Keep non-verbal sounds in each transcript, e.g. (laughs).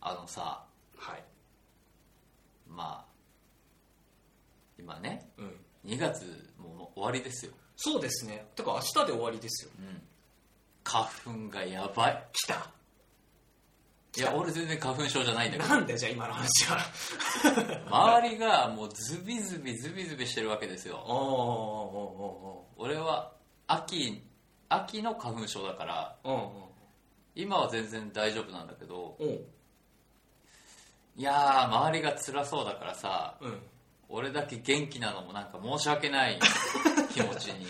あのさはいまあ今ねうん2月ももう終わりですよ、そうですねてか明日で終わりですよ花粉がやばい来たいや俺全然花粉症じゃないんだけどなんでじゃあ今の話 (laughs) は周りがもうズビズビズビズビしてるわけですよおーお俺は秋秋の花粉症だからーおーおーおー今は全然大丈夫なんだけどおーいやー周りが辛そうだからさおーうん俺だけ元気なのもなんか申し訳ない気持ちに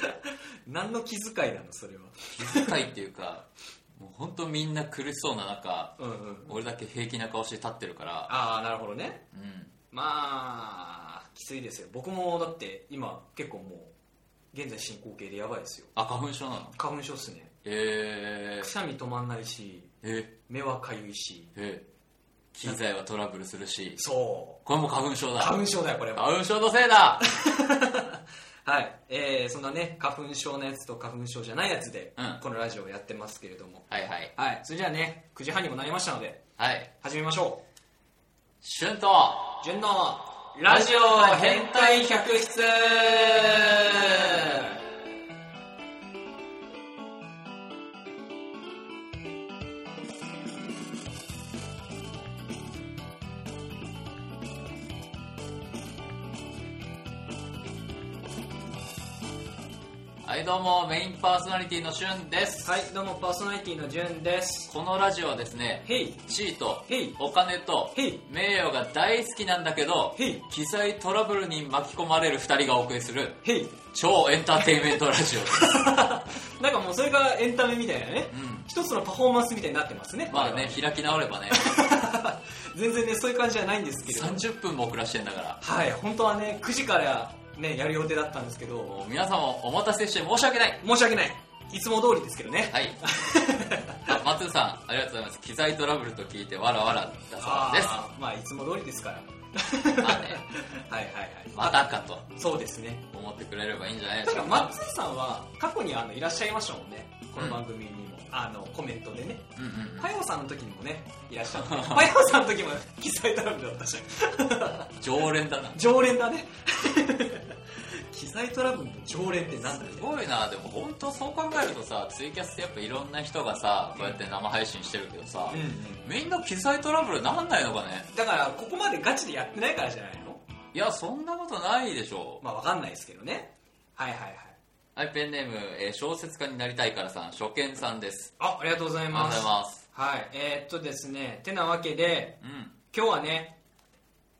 何の気遣いなのそれは気遣いっていうかもう本当みんな苦しそうな中うんうん俺だけ平気な顔して立ってるからああなるほどねうんまあきついですよ僕もだって今結構もう現在進行形でやばいですよあ花粉症なの花粉症っすねえくー、しゃみ止まんないしえ目はかゆいしえ機材はトラブルするしそこれも花粉症うだ花粉症だよこれは花粉症のせいだはい、えー、そんなね花粉症のやつと花粉症じゃないやつで、うんこのラジオをやってますけれどもはいはいはいそれじゃあね9時半にもなりましたのではい始めましょ春とう順のラジオ変態百室はいどうもメインパーソナリティのしゅんです、はいどうもパーソナリティの順ですこのラジオはですねヘイ地位とヘイお金とヘイ名誉が大好きなんだけどヘイ機材トラブルに巻き込まれる2人がお送りするヘイ超エンターテインメントラジオですなんかもうそれがエンタメみたいなね、うん一つのパフォーマンスみたいになってますねまあね開き直ればね全然ねそういう感じじゃないんですけれども30分も遅らしてんだからはい本当はね9時からねやる予定だったんですけどもう皆様お待たせして申し訳ない申し訳ないいつも通りですけどねはい (laughs) あ松さんありがとうございます機材トラブルと聞いてわらわらだそうですあーまあいつも通りですからまあねはいはいはいまたかとそうですね思ってくれればいいんじゃないで確しょかうか松井さんは過去にあのいらっしゃいましたもんねこの番組にも、あのコメントでねうんうんパヨさんの時にもねいらっしゃ (laughs) ってパヨさんの時も (laughs) 記載トラブルだったしうん常連だな常連 (laughs) だね機材トラブルの常連ってなんだよすごいなでも本当そう考えるとさツイキャスってやっぱいろんな人がさこうやって生配信してるけどさ、みんな機材トラブルなんないのかねだからここまでガチでやってないからじゃないのいやそんなことないでしょまあわかんないですけどねはいはいはいはいペンネーム、えー小説家になりたいからさん初見さんですあありがとうございありがとうごまざいすますはいえー、っとですねてなわけでうん今日はね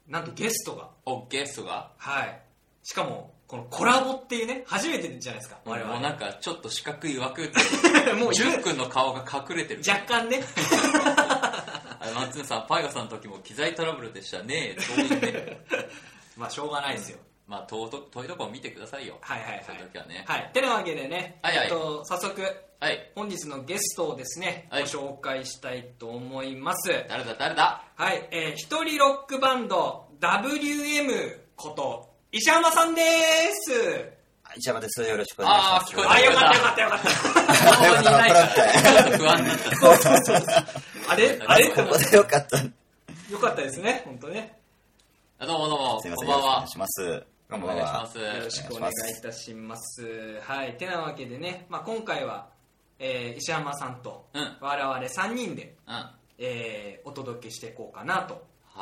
なんとゲストがおゲストがはいしかもこのコラボっていうね初めてじゃないですかも我う々なんかちょっと四角い枠 (laughs) もうジュン君の顔が隠れてる若干ねあの松野さんパイガさんの時も機材トラブルでしたね遠い (laughs) ね (laughs) まあしょうがないですよ、まあ遠と遠いとこを見てくださいよはいはいはいそういう時はねはいてなわけでね、はいはいえっと早速はい本日のゲストをですね、はいご紹介したいと思います誰だ誰だはい、えー、一人ロックバンド WM こと石浜さんです石山です。よろしくお願いしあまあす。聞こえあ、よかったたよかったよあ (laughs) かっよかった、ちょっと不安だった。そうそうわからんかい。そう。たあれあれってこ思っこでよかった。すてよかったですね本当ねあどうもどうも、いまこせんん、ばんよろしくお願。はいします。こんおばん願いしまは。す。よろしくお願いいたしますはいてなわけでね、まあ、今回は、えー石浜さんとうん、うん。我々3人で、はえーお届けしていこうかなとい。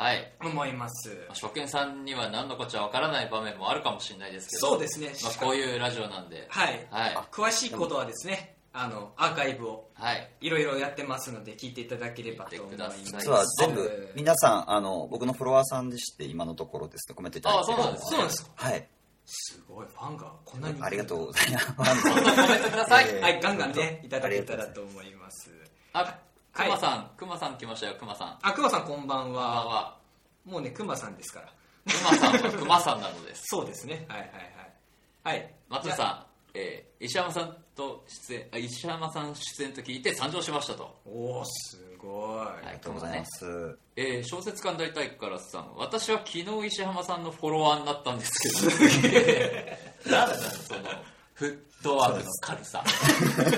思いますまあ初見さんには何のこっちゃわからない場面もあるかもしれないですけど、そうですね、まあ、こういうラジオなんで、はいはい。詳しいことはですねあのアーカイブをはい。いろいろやってますので聞いていただければと思います聞いてください実は全部、皆さん、あの、僕のフォロワーさんでして、今のところですね、コメントいただいてるのはあそうなんですそうなんですかはい。すごいファンがこんなにありがとううご (laughs) ざいます。コメントください。えーはいガンガンね本当いただけたありがらとと思いますあ、くはいまさん、くまさん来ましたよ、くまさん。こあくまさんこんばんんばんはは。もうねくまさんですからくまさんはくまさんなの (laughs) です。そうですねはいはいはいはい松んさん、えー石山さんと出演、あ石山さん出演と聞いて参上しましたと。おおすごい、はいがとうございます。えー小説家になりたいからさん私は昨日石浜さんのフォロワーになったんですけど (laughs) なんだそのフットワークの軽さ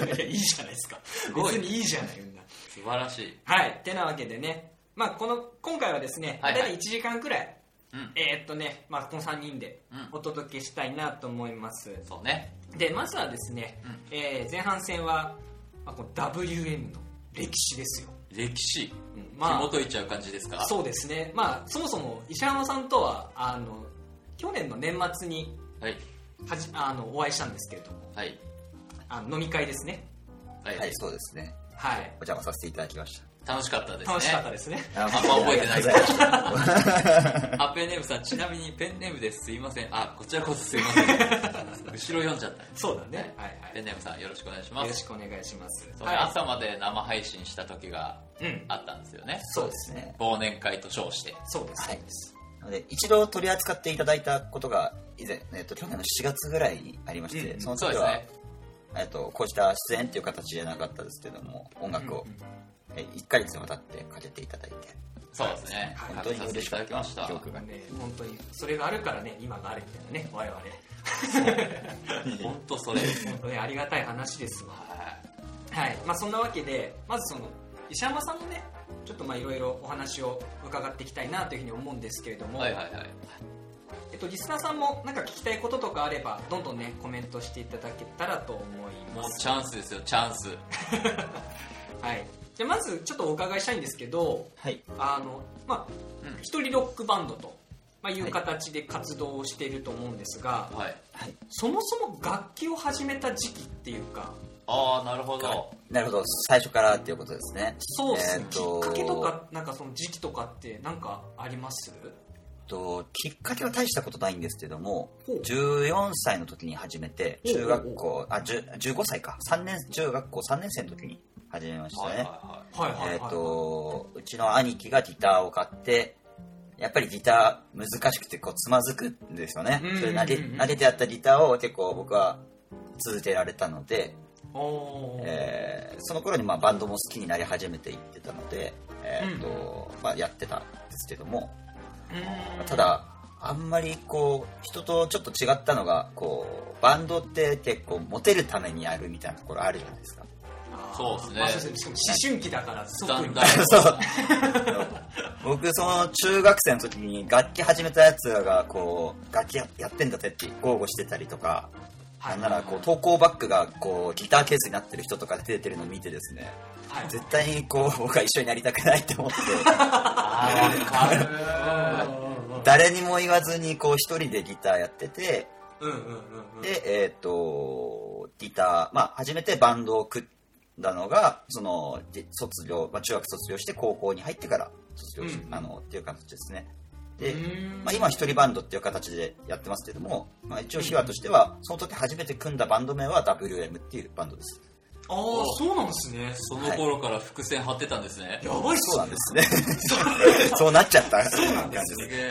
いやいいじゃないですかごい別にいいじゃないみんな素晴らしいはいてなわけでねまあ、この今回はですね、はいはい大体1時間くらい、うんえーっとね、まあ、この3人でうんお届けしたいなと思います、そうねでまずはですね、えー前半戦は、まあ、この WM の歴史ですよ、歴史うんまあ紐解いちゃう感じですかそうですねまあそもそも石浜さんとはあの去年の年末にはいはじあのお会いしたんですけれどもはいあの飲み会ですねはい、はい、そうですね。はいお邪魔させていただきまし楽しかったですね楽しかったですねた。あん (laughs) ま覚えてないありがとうござますあペンネームさんちなみにペンネームですすいませんあこちらこそすいません後ろ読んじゃったそうだねはいペンはネームさんよろしくお願いしいまよろしすくお願いしますそうねは朝まで生配信した時がいうんあったんですよねそうですね。忘年会と称してそうです、はいそうですなので、一度取り扱っていただいたことが、以前、えっと、去年の4月ぐらいにありまして、うんそのそう時ですはね、えっと、こうした出演っていう形じゃなかったですけども、音楽をうんうんえ1ヶ月にわたってかけていただいて、そうですねはいかけさせていただきました記憶が。ね本当にそれがあるからね今があるみたいなね我々本当それ本当ねありがたい話ですわははい、まあ、そんなわけでまずその石山さんのねちょっとまあいろいろお話を伺っていきたいなというふうに思うんですけれどいも、はいはいはいえっと、リスナーさんもなんか聞きたいこととかあればどんどんねコメントしていただけたらと思いもまうす、チャンスですよチャンスはい、じゃあまずちょっとお伺いしたいんですけどはい。あの、まあうん、一人ロックバンドと、まあ、いはうい形で活動をしていると思うんですが、はいはい。そもそも楽器を始めた時期っていうかああなるほどなるほど、最初からっていうことですね。そうですね、えーときっかけとかなんかその時期とかってなんかありますときっかけは大したことないんですけどもほう14歳の時に始めておうおうおう中学校あ10 15歳か3年中学校3年生の時に始めましたはいはいねははいはいはい、えっ、とうちの兄貴がギターを買ってやっぱりギター難しくてこうつまずくんですよねうんそれ慣れうん慣れてやったギターを結構僕は続けられたので、おーえーその頃にまあバンドも好きになり始めていってたので、えーとまあ、やってたんですけども、うんただあんまりこう人とちょっと違ったのがこうバンドって結構モテるためにやるみたいなところあるじゃないですかそうっすねまあそうっしかも思春期だからい特だんにだんそう僕その中学生の時に楽器始めたやつらがこう楽器ややってんだぜって豪語してたりとかなんならこう投稿バッグがこうギターケースになってる人とか出てるのを見てですねはい絶対にこう僕は一緒になりたくないと (laughs) 思ってあーわかる (laughs) 誰にも言わずにこう一人でギターやっててうんうんうんうんで、えっ、と、ギター、まあ、初めてバンドを組んだのが、その、で卒業、まあ、中学卒業して高校に入ってから卒業し、うんあの、っていう形ですね。でう、ーんまあ、今一人バンドっていう形でやってますけども、まあ、一応秘話としては、その時初めて組んだバンド名は WM っていうバンドです。ああそうなんですねその頃から伏線張ってたんですねやばいっすそうなんねですね。そうなっちゃった。そうなんですげえ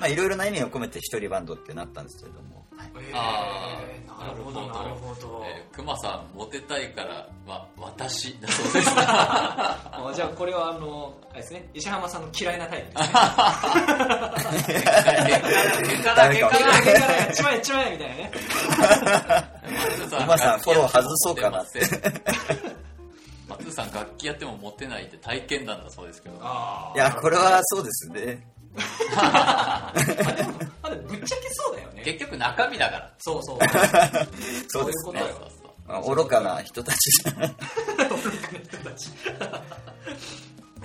まあ、いろいろな意味を込めて一人バンドってなったんですけれども、はいえーあーなるほどなるほどえー、熊さんモテたいから、ま、私だそうですねあじゃあこれはあのあれですね石浜さんの嫌いなタイプですね結果だ結果だ結果だや誰かわかんないっちまえやっちまえみたいなね熊熊さんフォロー外そうかなって松さん楽器やってもモテないって体験談だそうですけどあいや、これはそうですね。あでもぶっちゃけそうだよね結局中身だからそうそうそうですそうねいうことよそうそうまあ愚かな人たちじ (laughs) ゃ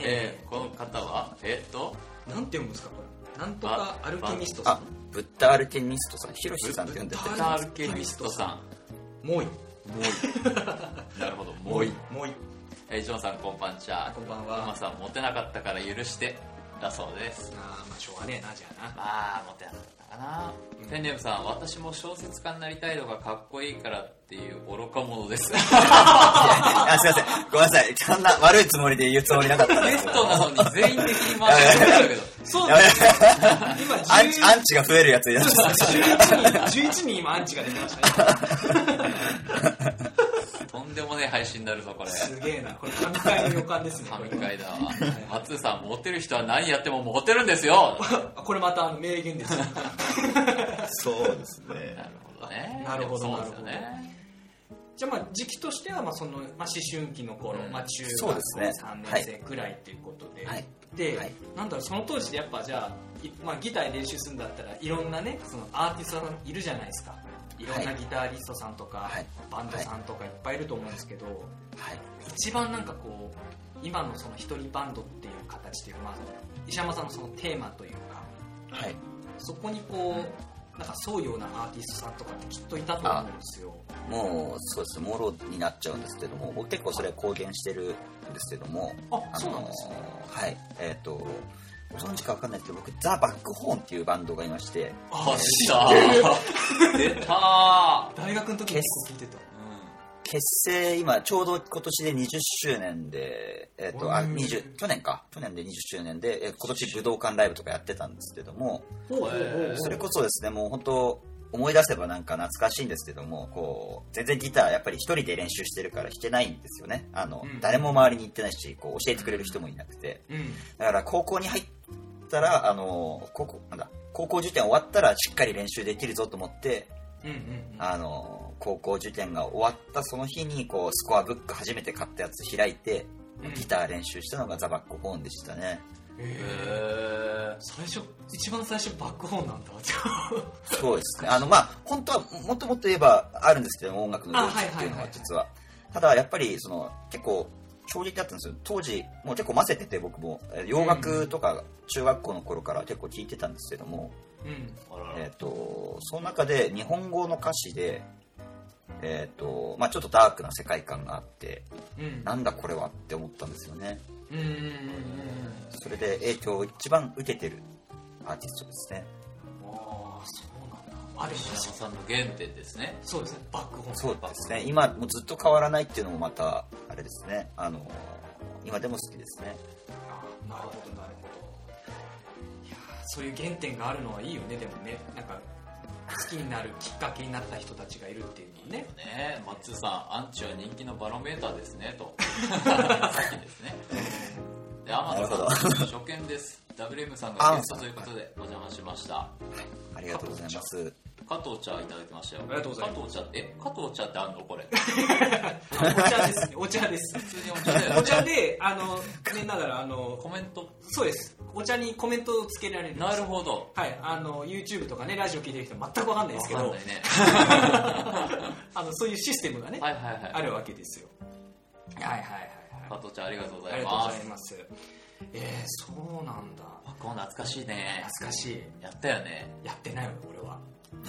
えー、この方はえっとなんて読むんですかこれなんとかアルケミストさあん、ブッダアルケミストさん、ヒロシさんって呼んでてブ、ッダアルケミストさもういんもいなるほどもいもういえージョンさんこんばんちあはこんばん熊はさんモテなかったから許してだそうですあーまあしょうがねえなじゃあなまあモテなかったかな、うんペンネームさん私も小説家になりたいのがかっこいいからっていう愚か者ですあ、すいません。ごめんなさい。そんな悪いつもりで言うつもりなかったんで (laughs) ゲすスけトど。なのに全員的に回してくれたけどそうやだめねて今アンチ、ア11ンチが増えるやつになっちゃっ11人11人今アンチが出てましたねとんでもねえ配信になるぞこれすげえなこれ神回の予感ですねこ神れ回だわ松さんモテる人は何やってもモテるんですよあこれまたあの名言ですよた。そうですねな。るほどねなるほどでもそうですよねじゃあまあ時期としてはまあその、まあ、思春期の頃、うんまあ、中そう学ですね3年生くらいということで、はいで、はいなんだろうその当時でやっぱじゃあ、いまあ、ギター練習するんだったらいろんなねそのアーティストさんいるじゃないですかいろんなギタリストさんとか、はいバンドさんとかいっぱいいると思うんですけど、はい一番なんかこう今のその一人バンドっていう形というか、まあ、石山さんのそのテーマというかはいそこにこうなんか沿うようなアーティストさんとかってきっといたと思うんですよもうそうですもろになっちゃうんですけども僕結構それ公言してるんですけどもああのーそうなんですねはいえっ、とご存知かわかんないですけど僕ザ・バックホーンっていうバンドがいましてあした出たー大学の時に結構聞いてた結成今ちょうど今年で20周年で、えっとあうん20去年か去年で20周年で、え今年武道館ライブとかやってたんですけどもほうほうほうほうそれこそですねもう本当思い出せばなんか懐かしいんですけどもこう全然ギターやっぱり一人で練習してるから弾けないんですよねあの、うん誰も周りに行ってないしこう教えてくれる人もいなくてうんだから高校に入ったらあの高校なんだ高校受験終わったらしっかり練習できるぞと思ってうんうんあの高校受験が終わったその日にこうスコアブック初めて買ったやつ開いてうんギター練習したのがザ・バックホーンでしたねえーえ最初一番最初バックホーンなんだ (laughs) そうですねあのまあ本当はもっともっと言えばあるんですけども音楽の領域っていうのあはいはいははい実はただやっぱりその結構衝撃だったんですよ当時もう結構混ぜてて僕もえー洋楽とか中学校の頃から結構聴いてたんですけども、うんあらえー、とその中で日本語の歌詞で、えーとまあ、ちょっとダークな世界観があってうんなんだこれはって思ったんですよねうんうんうんうんそれで影響を一番受けてるアーティストですねああそうなんだあでも石確山かにさんの原点ですねそうですねバックホーンそうですね今もうずっと変わらないっていうのもまたあれですねあの今でも好きですねなるほどなるほどいやーそういう原点があるのはいいよねでもねなんか好きになるきっかけになった人たちがいるっていうのはねねえマッツーさんアンチは人気のバロメーターですね (laughs) とさっきですねで天野なるさん初見です WM さんがゲストということでお邪魔しましたありがとうございます加藤茶いただきましたよありがとうございます加藤茶え加藤茶ってあんのこれお茶です (laughs) ねお茶です普通にお茶だよおね茶であのねながらあのコメントそうですお茶にコメントをつけられるんですなるほどはいあの YouTube とかねラジオ聞いてる人全くわかんないですけわかんどないねあのそういうシステムがね、はいはいはあいるわけですよはいはいはい加はい藤茶ありがとうごあざいりがとうまございすますえー、そうなんだあこう懐かしいね懐かしいやったよねやってないよ俺は (laughs)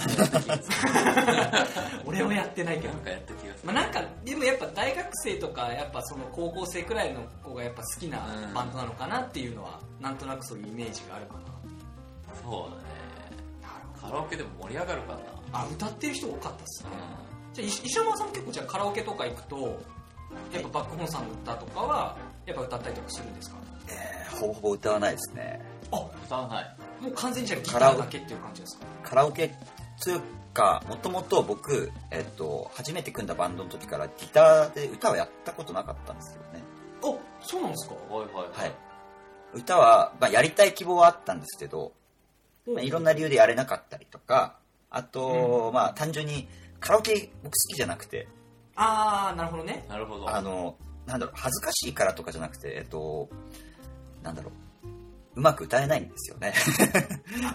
俺もやってないけどなんかやった気がすまるあなんかでもやっぱ大学生とかやっぱその高校生くらいの子がやっぱ好きなうんバンドなのかなっていうのはなんとなくそういうイメージがあるかなそうだねなるカラオケでも盛り上がるかなあ歌ってる人多かったっすねうんじゃあ石石山さんも結構じゃあカラオケとか行くとやっぱバックホーンさんの歌とかはやっぱ歌ったりとかするんですかえーほぼほぼ歌わないですねあも歌わないう完全にじゃあギタカラオーだけっていう感じですかカラオケというかもともと僕、えっと初めて組んだバンドの時からギターで歌はやったことなかったんですよねあそうなんですかはいはいはい歌は、まあ、やりたい希望はあったんですけど、まあ、いろんな理由でやれなかったりとかあと、まあ単純にカラオケ僕好きじゃなくてああなるほどねなるほどあのなんだろう恥ずかしいからとかじゃなくてえっとなんだろううまく歌えないんですよ (laughs) ね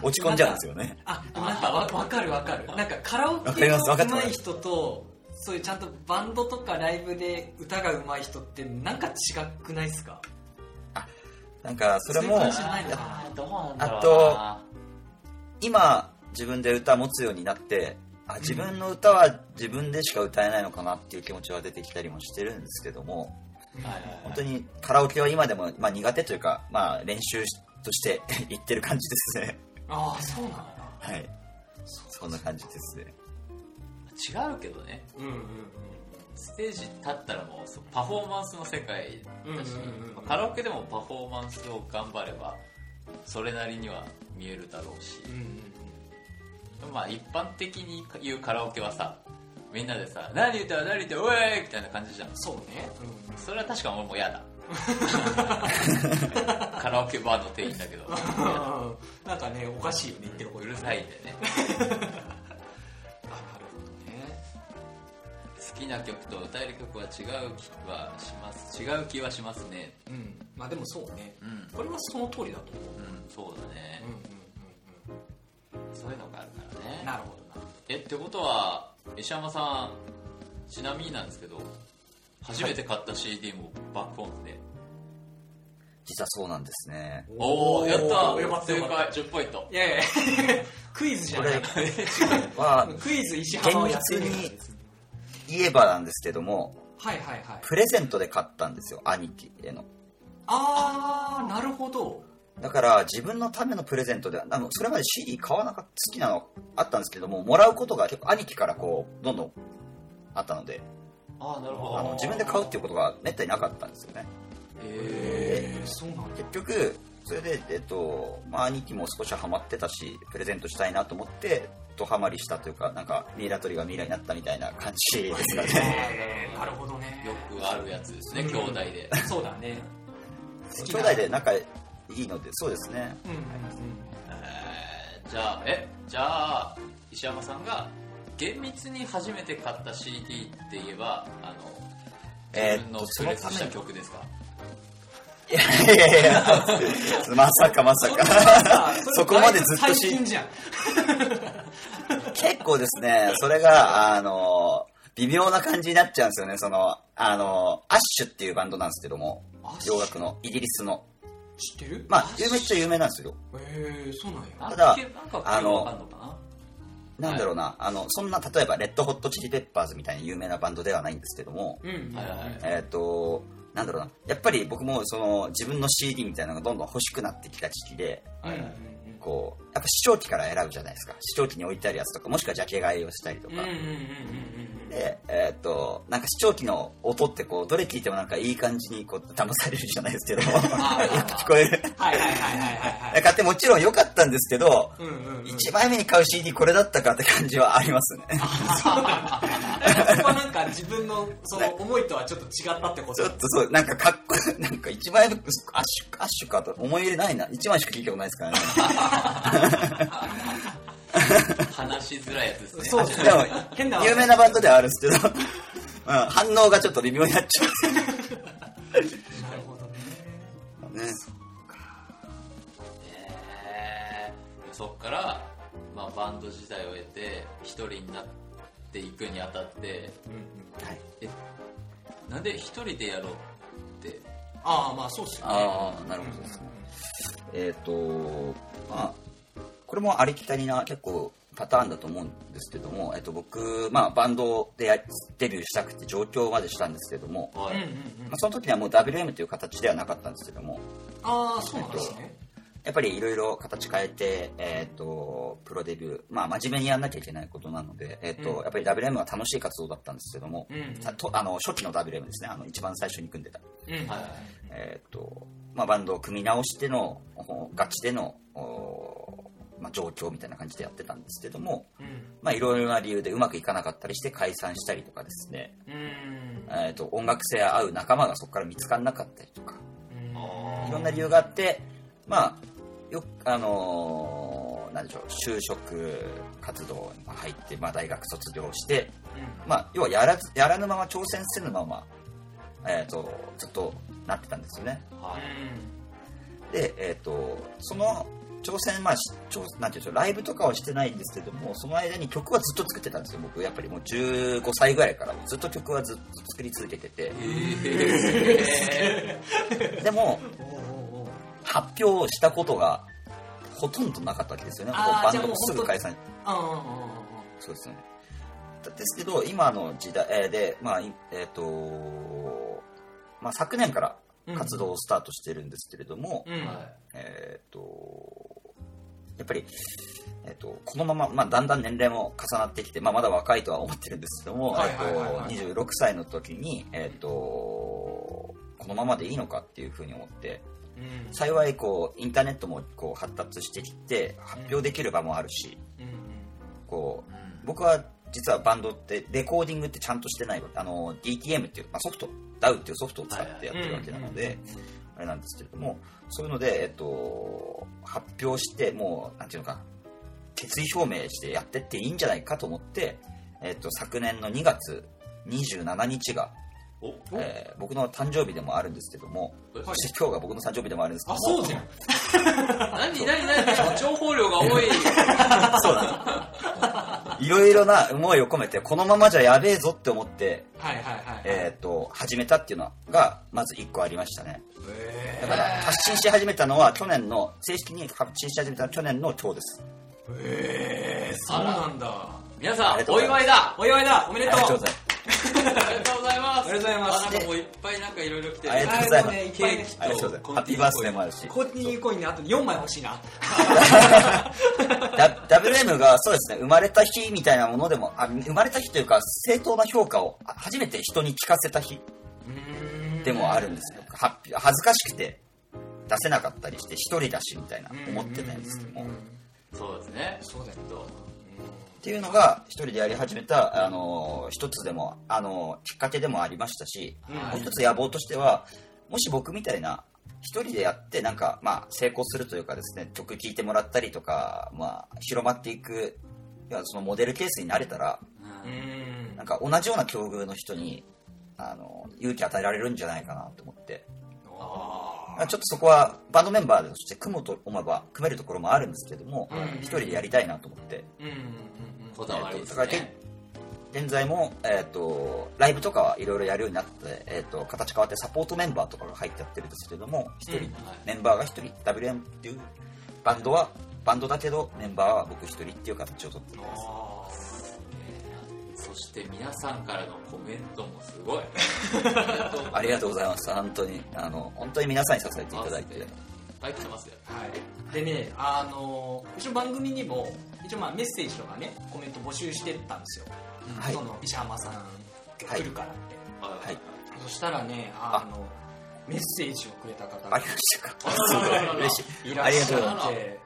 落ち込んじゃうんですよねあでもなんかわわかるわかるなんかカラオわかケりがますわかっ上てます手い人とそういうちゃんとバンドとかライブで歌が上手い人ってなんか違くないですかなんかそれそういうも感じじゃないのかなあーどうなんだろうな今自分で歌持つようになってあ自分の歌は自分でしか歌えないのかなっていう気持ちは出てきたりもしてるんですけどもはいはいはい本当にカラオケは今でも、まあ、苦手というか、まあ、練習として (laughs) 行ってる感じですねああそうなんだはいそんな感じですね違うけどねうんうんうんステージ立ったらもうそうパフォーマンスの世界だし、うんうんうんうんカラオケでもパフォーマンスを頑張ればそれなりには見えるだろうしうん、うんまあ一般的に言うカラオケはさみんなでさ「何歌う何歌うウェイ!」みたいな感じじゃんそうね、それは確か俺も嫌 (laughs) だカラオケバーの店員だけどうん、 (laughs) なんかねおかしいよね言ってるう声るさいんでねあなるほどね好好きな曲と歌える曲は違う気はします違う気はしますねうんまあでもそうねうんうんこれはその通りだと思うそうだねうん、うんうんそういうのがあるからうねんなるほどなえってことは石山さんちなみになんですけど初めて買った CD もバックホームで、実はそうなんですねおおやったよかった正よ解かっ10ポイントたいやいや (laughs) クイズじゃこないれはクイズ石浜をやってみるからですね言えばなんですけどもはいはいはいプレゼントで買ったんですよ兄貴へのああなるほどだから自分のためのプレゼントではあのそれまで CD 買わなかった好きなのあったんですけどももらうことが結構兄貴からこうどんどんあったのでああなるほあの自分で買うっていうことがめったになかったんですよねええそうなんだ結局それで、えっとまあ、兄貴も少しハマってたしプレゼントしたいなと思ってドハマりしたというかなんかミイラ取りがミイラになったみたいな感じですかねえーなるほどねー、よくあるやつですね、うん兄弟でそうだね好き (laughs) 兄な弟で仲いいのでそうですねうんうんえーじゃあえじゃあ石山さんが厳密に初めて買った CD って言えばあのえー自分のプレスした曲ですか、いやいやいや (laughs) まさかまさかうんそこまでずっとし最近じゃん結構ですね、それが、あの、微妙な感じになっちゃうんですよね。その、あの、アッシュっていうバンドなんですけども、洋楽の、イギリスの。知ってるまあ、有名っちゃ有名なんですよ。ええそうなんやあただなんかあのわかんのかななんだろうな、あの、そんな、例えば、レッドホットチリペッパーズみたいな有名なバンドではないんですけども、うんうんはいはいえっ、と、なんだろうな、やっぱり僕も、その、自分の CD みたいなのがどんどん欲しくなってきた時期で、うんうんこう、やっぱ視聴器から選ぶじゃないですか。視聴器に置いてあるやつとか、もしくはジャケ買いをしたりとうんうか、んうんうんうんうんで、えーっと、なんか視聴器の音ってこう、どれ聞いてもなんかいい感じにこう、騙されるじゃ (laughs) ないですけど、聞こえる。はいはいはいはいはいはい買ってもちろん良かったんですけど、うんうんうん一枚目に買う CD これだったかって感じはありますね。そこはなんか自分のその思いとはちょっと違ったってこちとょっとそう、なんかかっこいい、なんか一枚目、アッシュ、アッシュかと思い入れないな。一枚しか聞いたことないですからね。話しづらいやつですねそうですでもね変な、話 (laughs) 有名なバンドではあるんですけど、うん、反応がちょっと微妙になっちゃなるほどねう。ね、えーそっから、まあ、バンド自体を得て一人になっていくにあたってうんうんはい。なんで一人でやろうってああまあそうっすよねああ、なるほどですね。えっ、と、まあ、これもありきたりな結構パターンだと思うんですけども、えっと、僕、まあ、バンドでやデビューしたくて上京までしたんですけども、はうんいうんうんまあ、その時にはもう WM という形ではなかったんですけども、ああそうなんですねやっぱりいろいろ形変えて、えっと、プロデビュー、まあ、真面目にやんなきゃいけないことなので、えっとうんやっぱり WM は楽しい活動だったんですけども、うんうんたとあの初期の WM ですねあの一番最初に組んでたうんはいえーとまあ、バンドを組み直してのおガチでの、おまあ、状況みたいな感じでやってたんですけどもうんまあいろいろな理由でうまくいかなかったりして解散したりとかですね、うんえー、と音楽性合う仲間がそこから見つからなかったりとかうんあいろんな理由があってまあよあのーなんでしょう就職活動に入って、まあ、大学卒業して、まあ、要はやらずやらぬまま挑戦せぬまま、えー、とずっとなってたんですよね。はいで、えっとその挑戦、まあ、し挑なんていうんでしょうライブとかはしてないんですけどもその間に曲はずっと作ってたんですよ僕やっぱりもう15歳ぐらいからずっと曲はずっと作り続けててえでもうんおうおうおう発表したことがほとんどなかったわけですよねこうあーバじゃンあドもうもすぐ解散ああああああそうですよねだですけど今の時代えーで、まあいえっとまあ、昨年から活動をスタートしてるんですけれども、うんーははえーっとやっぱり、えーっとこのまま、まあ、だんだん年齢も重なってきて、まあ、まだ若いとは思ってるんですけども、はえいはいはいーはっいと26歳の時に、えーっとこのままでいいのかっていうふうに思っていうん幸いこうインターネットもこう発達してきて発表できる場もあるしうんこいううん僕は実はバンドってレコーディングってちゃんとしてないあの DTM っていう、まあ、ソフト DAW っていうソフトを使ってやってるわけなので。あれなんですけれどもそういうので、えっと、発表してもうなんていうのか決意表明してやってっていいんじゃないかと思って、えっと、昨年の2月27日が、おえー僕の誕生日でもあるんですけども、えそして今日が僕の誕生日でもあるんですけどそも、うじゃん何何何 (laughs) 情報量が多い。そうだ。 (laughs) いろいろな思いを込めて、このままじゃやべえぞって思って、はいはいはいえっ、と、始めたっていうのが、まず1個ありましたね。えだから、発信し始めたのは去年の、正式に発信し始めたのは去年の今日です。ー、えー、そうなんだ皆さあん、りがとうおございま祝いだお祝いだおめあでりとがうとうございます。ありがとうございます。ありがとうございますあなんかもういっぱいなんかいろいろ来てるありがとうございます最後ケねーキありがとうございます。ハッピーバースデーもあるし。コーティニーコインの後に4枚欲しいなダ WM がそうですね、生まれた日みたいなものでも、あ生まれた日というか、正当な評価をあ初めて人に聞かせた日でもあるんですよ。ハッピー恥ずかしくて出せなかったりして、一人だしみたいな思ってたんですけども。そうですね。そうだよとっていうのが一人でやり始めた、あのー一つでも、あのーきっかけでもありましたし、もう一つ野望としてはもし僕みたいな一人でやってなんか、まあ、成功するというかですね曲聴いてもらったりとか、まあ、広まっていく要はそのモデルケースになれたらうんんなんか同じような境遇の人に、あのー勇気与えられるんじゃないかなと思ってあまあちょっとそこはバンドメンバーとして組むと思えば組めるところもあるんですけどもうん一人でやりたいなと思って。ーうんうんうんこだわりですえーとだね。から現現在も、えー、とライブとかはいろいろやるようになって、えー、と形変わってサポートメンバーとかが入ってやってるんですけれども一人、うんメンバーが一人 WM っていうバンドはバンドだけどメンバーは僕一人っていう形をとっていますあそして皆さんからのコメントもすごい。ありがとうありがとうございます本当にあの本当に皆さんに支えていただいいてっぱい来てますよ。ーはいでねあの一応番組にも一応まあメッセージとかねコメント募集してたんですよ、はいその石浜さんが来るからって、はいそしたらねあのメッセージをくれた方あがりましたか嬉しい。いらっしゃありがとうございまって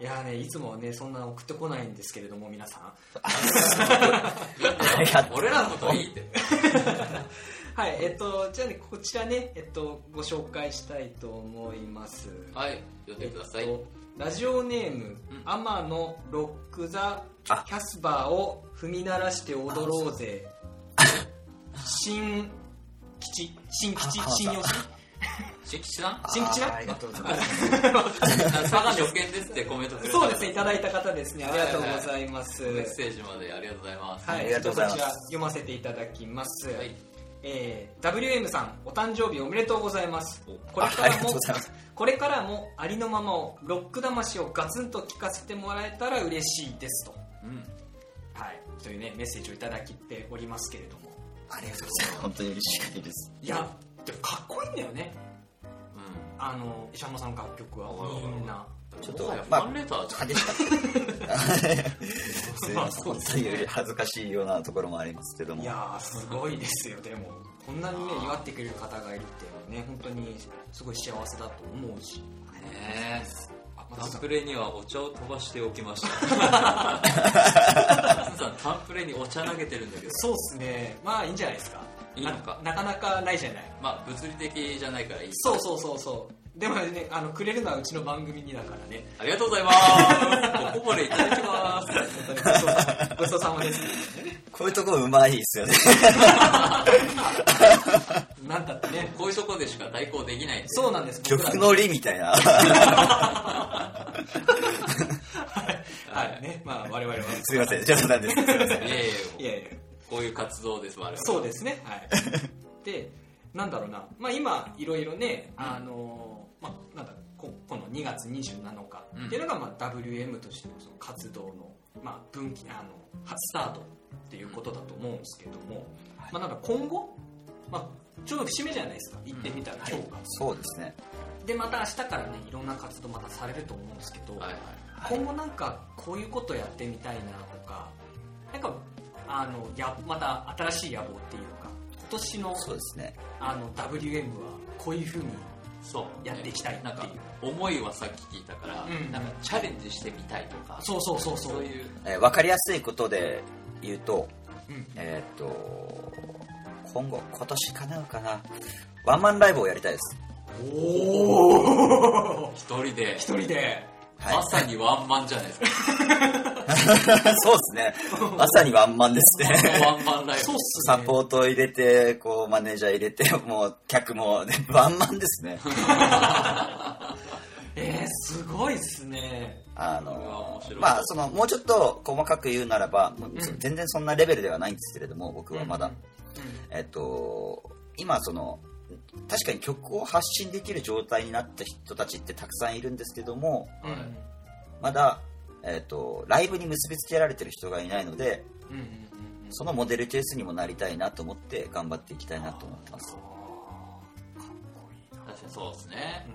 いやーねいつもねそんな送ってこないんですけれども皆さんありがと (laughs) う俺らのこといいって。はい、えっと、じゃあね、こちらね、えっと、ご紹介したいと思います。はい、読んでえっくとださい。ラジオネーム、うん天野ロック・ザ・キあャスバーを踏み鳴らして踊ろうぜ。新吉、新吉、あ新吉、新吉さん新吉あなありがとうございます佐賀初見ですってコメントくれたそうですね、いただいた方ですね。ありがとうございます。メッセージまでありがとうございます。はい、ありがとうございますちょっこちら読ませていただきます。はいえー WM さんお誕生日おめでとうございますおこれああかりらがとうもございますこれからもありのままをロック魂をガツンと聞かせてもらえたら嬉しいですとうんはいというねメッセージをいただきっておりますけれどもありがとうございます本当に嬉しい限りですいやでもかっこいいんだよねうあの石浜さんの楽曲はおいおいおいみんなちょん。っもとはやフまあァンレターじゃん。激しかった (laughs) すい (laughs) ません本当に恥ずかしいようなところもありますけどもいやーすごいですよでもこんなにね祝ってくれる方がいるっていうのはね本当にすごい幸せだと思うしねえあタン松田さんプレにはお茶を飛ばしておきました。 (laughs) 松田さん、タンプレにお茶投げてるんだけど、そうっすねまあいいんじゃないですかいいのかななかなかないじゃないまあ、物理的じゃないからいい。そうそうそうそうでもねあのくれるのはうちの番組にだからねありがとうございます。おこぼれいただきます。本当にごちそうさまですこういうところうまいですよねなんだってねこういうとこでしか対抗できないんでそうなんです僕ら曲のりみたいな (laughs) はいねまあ我々はすいません、冗談なんです。すいません。いやいいややいやこういう活動です、我々。そうですねはい (laughs) でなんだろうなまあ今いろいろねあのまあなんだここの2月27日っていうのが、まあ、WM としてのその活動の、まあ、分岐あの初スタートっていうことだと思うんですけども、まあ、なんか今後、まあ、ちょうど節目じゃないですか行ってみたら今日が、そうですね。でまた明日からねいろんな活動またされると思うんですけど、はいはい。今後なんかこういうことやってみたいなとかなんかあのやまた新しい野望っていうか今年のそうですね。あの WM はこういうふうにそう。やっていきたいっていうなんか、思いはさっき聞いたから、うんなんかチャレンジしてみたいとか、そうそうそうそうそういう。えーわかりやすいことで言うと、うんえーっと、今後、今年叶うかな。ワンマンライブをやりたいです。おお一人で、 (laughs) 一人ではいま。さにワンマンじゃないですか。 (laughs) そうですね。まさにワンマンですね。ワンマンライそうっすサねポートを入れて、こう、マネージャー入れて、もう、客も、 (laughs) ね、ワンマンですね。えー、すごいっすねあうわの面白いまあそのもうちょっと細かく言うならば、もううん全然そんなレベルではないんですけれども僕はまだ、うんえっと今その確かに曲を発信できる状態になった人たちってたくさんいるんですけどもうんはいまだ、えっとライブに結びつけられてる人がいないのでうんうんうんうんそのモデルケースにもなりたいなと思って頑張っていきたいなと思ってますあーかっこいいな確かにそうですね。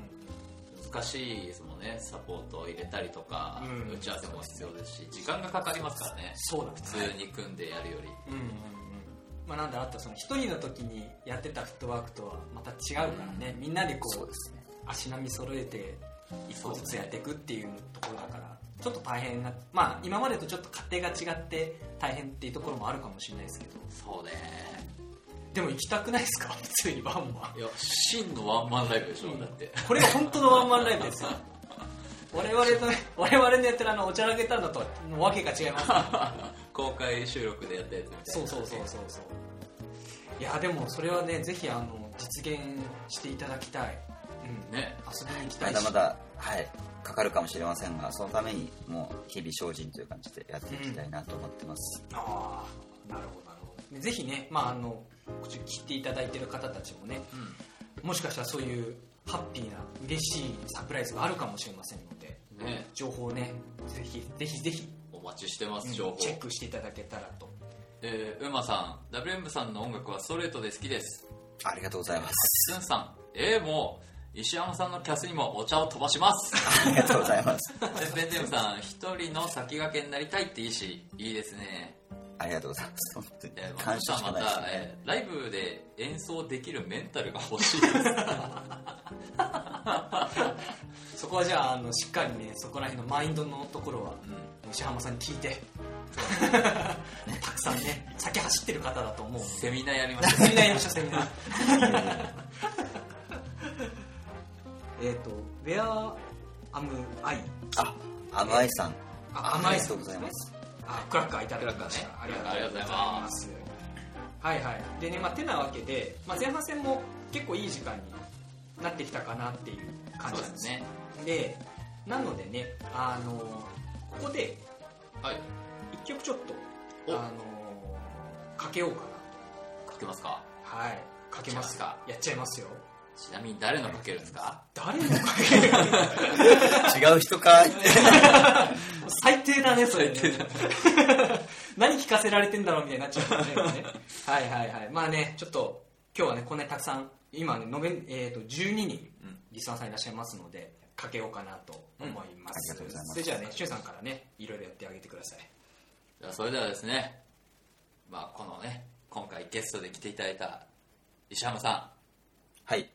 難しいですもんね。サポートを入れたりとか、うん打ち合わせも必要ですし、時間がかかりますからね。そうなんで普す通に組んでやるより。うんうんうんまあなんだあとその一人の時にやってたフットワークとはまた違うからね、みんなでこうすね足並み揃えて一個ずつやっていくっていうところだからちょっと大変なまあ今までとちょっと家庭が違って大変っていうところもあるかもしれないですけどそうね。でも行きたくないですか (laughs) 普通にワンマンいや、真のワンマンライブでしょ、だって。 (laughs) これが本当のワンマンライブですよ我々の我々のやってるあのおちゃらけたのとはもうわけが違います公開収録でやったやつみたいな。そうそうそうそうそういやでもそれはねぜひあの実現していただきたい、うん、ね。遊びに行きたまいだしまだはいかかるかもしれませんがそのためにもう日々精進という感じでやっていきたいなと思ってます、ああなるほどなるほどでぜひねまああのこっち切っていただいてる方たちもねもしかしたらそういうハッピーな嬉しいサプライズがあるかもしれませんのでうん。ね。情報をねぜひぜひぜひお待ちしてまうんす、情報。チェックしていただけたらとえー、うまさん、WM さんの音楽はストレートで好きです。ありがとうございますすんさん、えー、もう、石山さんのキャスにもお茶を飛ばします。 (laughs) ありがとうござい (laughs) ます。ペンテムさん、一人の先駆けになりたいっていいし、いいですね。ありがとうございます。本当にえー、感謝ましさかんなまいですた、ね。えーライブで演奏できるメンタルが欲しいです。そこはじゃああのしっかりねそこら辺のマインドのところはうん牛浜さんに聞い (laughs) てたくさんね先走ってる方だと思うセミナーやりましセミナーやりましょうセミナー (laughs) えっと「Where am I?」あ、アムアイさん。あありがとうございますあクラッカーいただきましクた、ラあッカーねりがとうございますはいはいでねまあてなわけで、まあ、前半戦も結構いい時間になってきたかなっていうた。感そうじなでんですすねね。でなのでねあのここではい。一曲ちょっとおあのかけようかなかけますかとはいかけますかやっちゃいますよちなみに誰のかけるんですか誰のかける違う人かい最低だねそれね何聞かせられてんだろうみたいになっちゃうからねはいはいはいまあねちょっと今日はねこんなにたくさん今ね延べ、えー、と12人うんリスナーさんいらっしゃいますのでかけようかなと思いまうんありがす、とうございますそれじゃあねしゅんさんからねいろいろやってあげてくださいじゃあそれではですね、まあこのね、今回ゲストで来ていただいた石山さん、はい。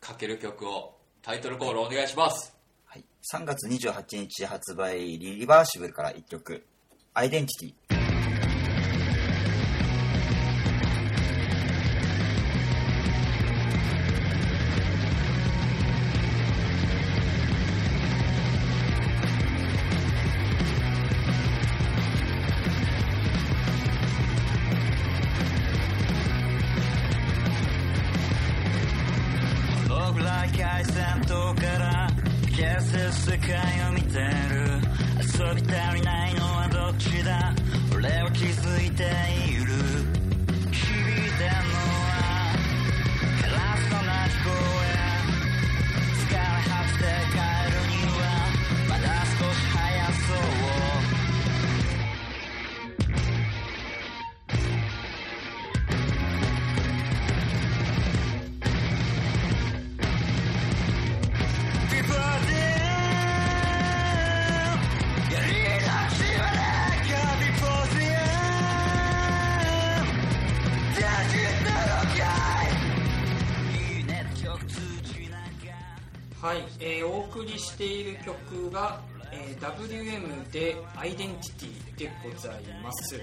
かける曲をタイトルコールお願いします。はい。3月28日発売、リバーシブルから1曲、アイデンティティ。僕ら海戦闘から消せる世界を見てる遊び足りないのはどっちだ俺は気づいている響いてんのはカラスと同じ声疲れ果てて帰るにはまだ少し早そう「やりだしはね」「カビポーズや」「大事なのかい」「いいね曲通じなんか」はい、えーお送りしている曲が、えー WM で「アイデンティティ」でございます、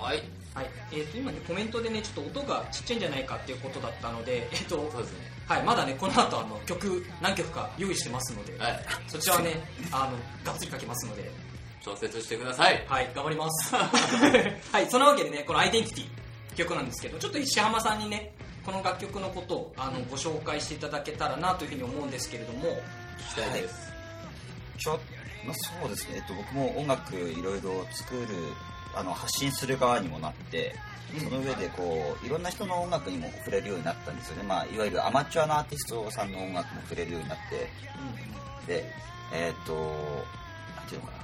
はい。はいえー、と今ねコメントでねちょっと音がちっちゃいんじゃないかっていうことだったので、 (laughs) えーとそうですね。はい、まだねこの後あの (laughs) 曲何曲か用意してますので、はい。 (laughs) そちらはねあのがっつりかけますので調節してください。はい、頑張ります。 (laughs) はい、そのわけでね、このアイデンティティ曲なんですけど、ちょっと石浜さんにね、この楽曲のことをあのご紹介していただけたらなというふうに思うんですけれども、聞きたいです。ちょまあ、そうですね、えっと、僕も音楽いろいろ作るあの発信する側にもなってその上でこういろんな人の音楽にも触れるようになったんですよね、まあ、いわゆるアマチュアのアーティストさんの音楽も触れるようになってでえっとなんていうのかな、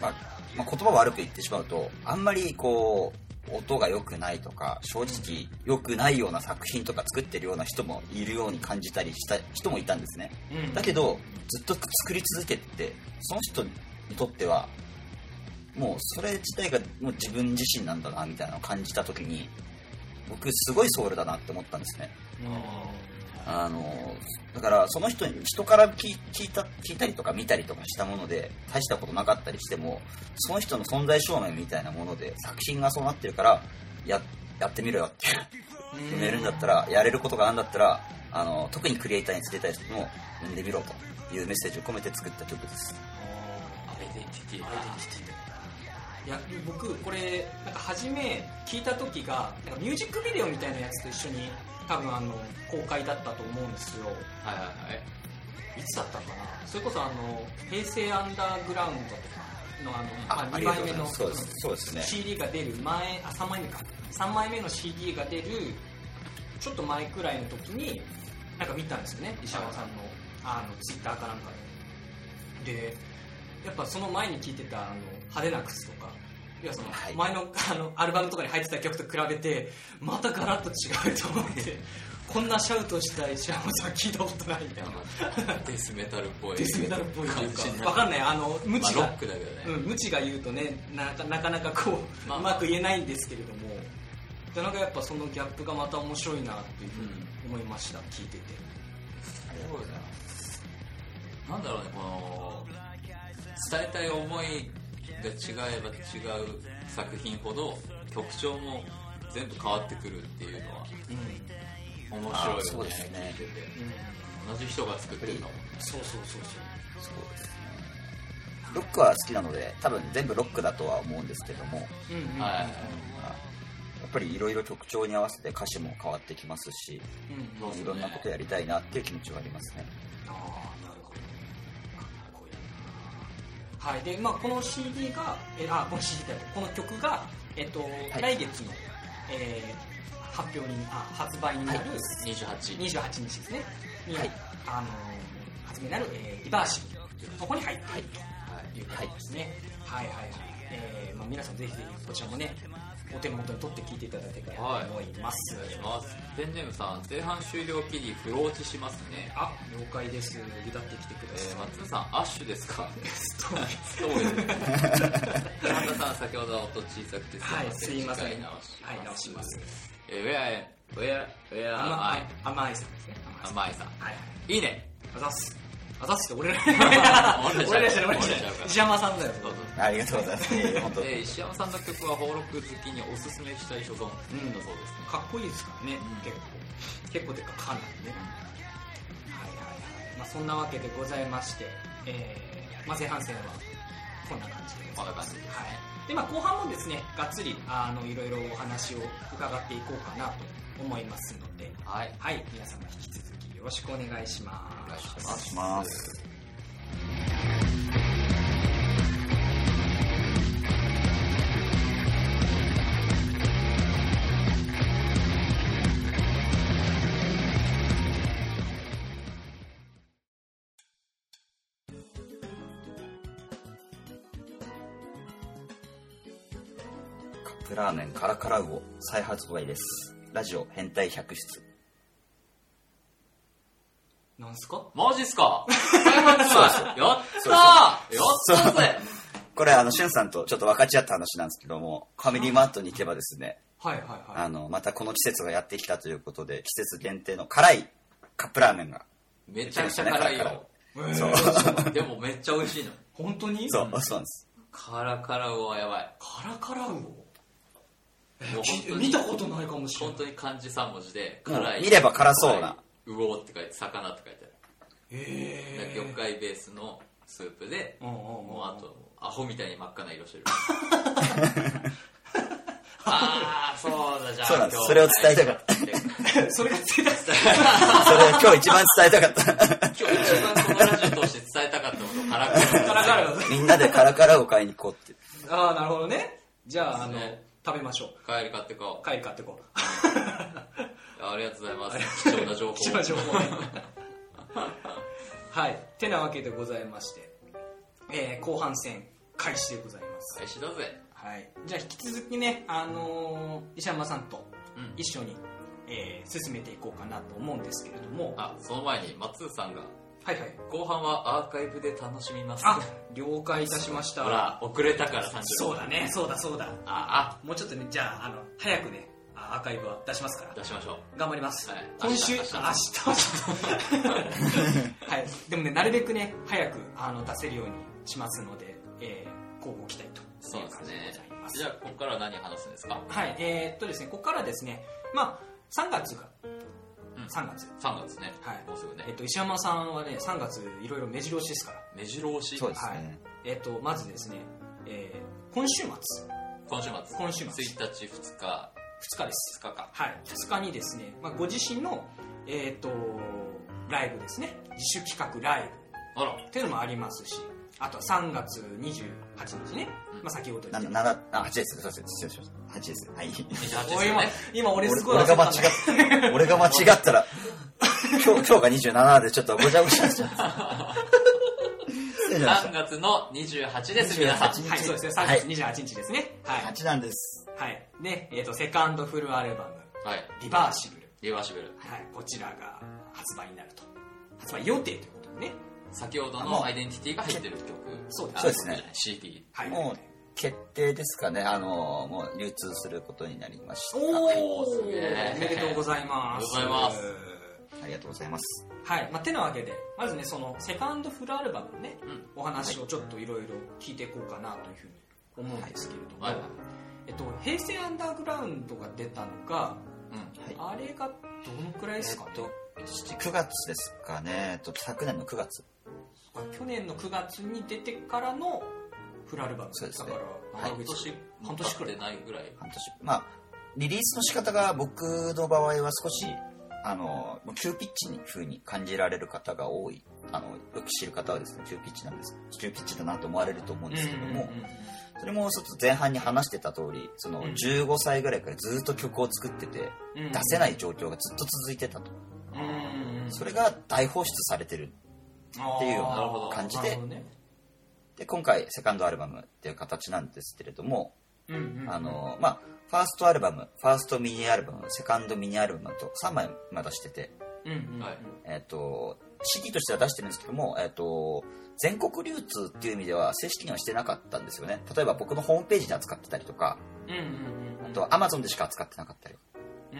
まあまあ、言葉悪く言ってしまうとあんまりこう音が良くないとか正直良くないような作品とか作ってるような人もいるように感じたりした人もいたんですね、うん、うんだけどずっと作り続けててその人にとってはもうそれ自体がもう自分自身なんだなみたいなのを感じた時に僕すごいソウルだなって思ったんですねあのだからその人に人から聞い聞いた聞いたりとか見たりとかしたもので大したことなかったりしてもその人の存在証明みたいなもので作品がそうなってるからややってみろよって決めるんだったらやれることがあるんだったらあの特にクリエイターに連れたい人も産んでみろというメッセージを込めて作った曲ですアイデンティティアイデンティティいや僕これなんか初め聞いた時がなんかミュージックビデオみたいなやつと一緒に多分あの公開だったと思うんですよはいはいはい。いつだったかなそれこそあの平成アンダーグラウンドとかのあのあまああ2りがと枚目うございのますそうですそうですね CD が出る前あ3枚目か3枚目の CD が出るちょっと前くらいの時になんか見たんですよね石原さんのあのツイッターかなんかででやっぱその前に聴いてたあの派手な靴とかいやそのはい前のあのアルバムとかに入ってた曲と比べてまたガラッと違うと思ってこんなシャウトした石原さん聞いたことないみたいなデスメタルっぽい。デスメタルっぽいとい感うじにかなわかんないあの無まあ知ロが、ックだけどね。うん、無知が言うとねなかなかなかこう、まあうまく言えないんですけれどもでなんかやっぱそのギャップがまた面白いなっていうふうに思いました、聞いててそうだななんだろうねこの伝えたい思いが違えば違う作品ほど曲調も全部変わってくるっていうのはうん、面白いよあねーそうですね聞いてて同じ人が作ってるのもんねそうそうそうそそうですねロックは好きなので多分全部ロックだとは思うんですけどもう、うんうんはいまあやっぱりいろいろ曲調に合わせて歌詞も変わってきますしうんそうですねいろんなことやりたいなっていう気持ちはありますねああなるほどかっこいいなはいでまあこの CD がえあこの CD だよこの曲がえっと、い来月の、えー発表にあ発売になる、 28 28日ですね、にはいあのー発明になる、えーリバーシブのここに入っているということですね。はいはいはい。えーまあ、皆さんぜひぜひこちらもね、お手元に取って聞いていただければと思います。お願いしますペンネームさん前半終了期に不老落ちしますねあ、了解です。ゆだってきてくえー、ださい。松田さんアッシュですかそうですそうですね神田さん先ほどは音小さくてはい、すいません。は次回直いします、直します。えー、ウェア、ウェア、ウェア、甘甘いい、、甘いさんですね。甘いさん。甘いさん。はいはい。いいね。あざっす。あざっすって (laughs) 俺ら。俺らじゃない俺らじゃない、俺らじゃ俺らじゃなないい。石山さんだよ。どうぞ。ありがとうございますいえいえ本当えー、石山さんの曲は邦録好きにおすすめしたい所存だそうですね。かっこいいですからね、うん結構結構でかかなりね、はいはいはい、まあ、そんなわけでございまして、えーまあ、前半戦はこんな感じでございまこんなす感じですねはい、でまあ後半もですねがっつりあのいろいろお話を伺っていこうかなと思いますのではい。はい皆様引き続きよろしくお願いしますお願いしますお願いしますカップラーメンカラカラウオ再発売ですラジオ変態百室なんすかマジっすか再発売やったーやったぜこれあのしゅんさんとちょっと分かち合った話なんですけどもファミリーマートに行けばですねはいはいはあのまたこの季節がやってきたということで季節限定の辛いカップラーメンがめちゃくちゃ辛いカラよ。い、えーそうでもめっちゃ美味しいの。本当にそうそうなんですカラカラはやばい。カラカラウオもう本当に見たことないかもしれな本い当に漢字3文字で、うん辛い。見れば辛そうな辛い。うおーって書いて、魚って書いてある。え魚介ベースのスープでうんうんうんもうあとアホみたいに真っ赤な色 (laughs) してるああそうだじゃあそうなんです今日それを伝えたかった (laughs) それがついたそれ今日一番伝えた (laughs) かった今日一番このラジオ通して伝えたかったことカラクリからかるみんなでカラカラを買いに行こうってああなるほどねじゃああのそうですね食べましょう帰り買ってこう帰り買ってこうありがとうございます貴重な情報貴重な情報ねはいてなわけでございまして、えー後半戦開始でございます、開始だぜはい、じゃあ引き続きね、あのー石山さんとうん一緒に、えー進めていこうかなと思うんですけれどもあその前に松さんがはいはい後半はアーカイブで楽しみますあ了解いたしましたほら遅れたから30分そうだねそうだそうだあもうちょっとねじゃああの早くねあアーカイブは出しますからあ出しましょう頑張ります、はい今週明明日日明日はい、でもねなるべくね早くあの出せるようにしますので、えー、交互期待とそういでうす感じでねございますじゃあここから何話すんですかはいえー、っとですねここからですねまあ3月がうん3月、 3月ね、はいもうすぐねえっと石山さんはね3月いろいろ目白押しですから目白押しそうですね、えっとまずですね、えー、今週末今週末今週末1日2日2日です2日かはい、2日にですね、まあ、ご自身の、えー、とライブですね自主企画ライあらブっていうのもありますしあとは3月28日ね、まあ、先ほど言なっんただ七あ八ですそうです失礼しました八ですはい28でおすよ今ね今俺すごい俺焦がっ間違たっんだた俺が間違ったら今日今日が27でちょっとごちゃごちゃしちゃった (laughs) 失礼しまし3月の28です皆さん28はいそうですね3月28日ですねはたい、はい八なんですで、えー、とセカンドフルアルバムはい「リバーシブルリバーシブル」はい、こちらが発売になると発売予定ということでね先ほどあものうアイデンティティが入ってる曲そうあそうですね CD はいもう決定ですかねあのもう流通することになりましたおおーすおげえおめでとうございますありがとうございありがとうございますはい、まあ、てなわけでまずねそのセカンドフルアルバムのね、うんお話をちょっといろいろ聞いていこうかなというふうに思うんですけれども、はいはいえっと、平成アンダーグラウンドが出たのがうんはいあれがどのくらいですかね、 9月ですかねえっと昨年の9月去年の9月に出てからのフルアルバムそうですねだから半長口年半年くら経いってないぐらい半年まあリリースの仕方が僕の場合は少しあのもう急ピッチに風に感じられる方が多いあのよく知る方はですね急ピッチなんです急ピッチだなと思われると思うんですけども、うんうんうんそれもちょっと前半に話してた通りそのうん15歳ぐらいからずっと曲を作っててうん出せない状況がずっと続いてたとうんうんそれが大放出されてるっていうようなあーなるほど感じでなるほどねで今回セカンドアルバムっていう形なんですけれどもうんうんあのまあファーストアルバムファーストミニアルバムセカンドミニアルバムと3枚まだしててうんうんはいえっ、と、CD としては出してるんですけども、えっ、と、全国流通っていう意味では正式にはしてなかったんですよね。例えば僕のホームページで扱ってたりとか、うんうんうんあと Amazon でしか扱ってなかったり。う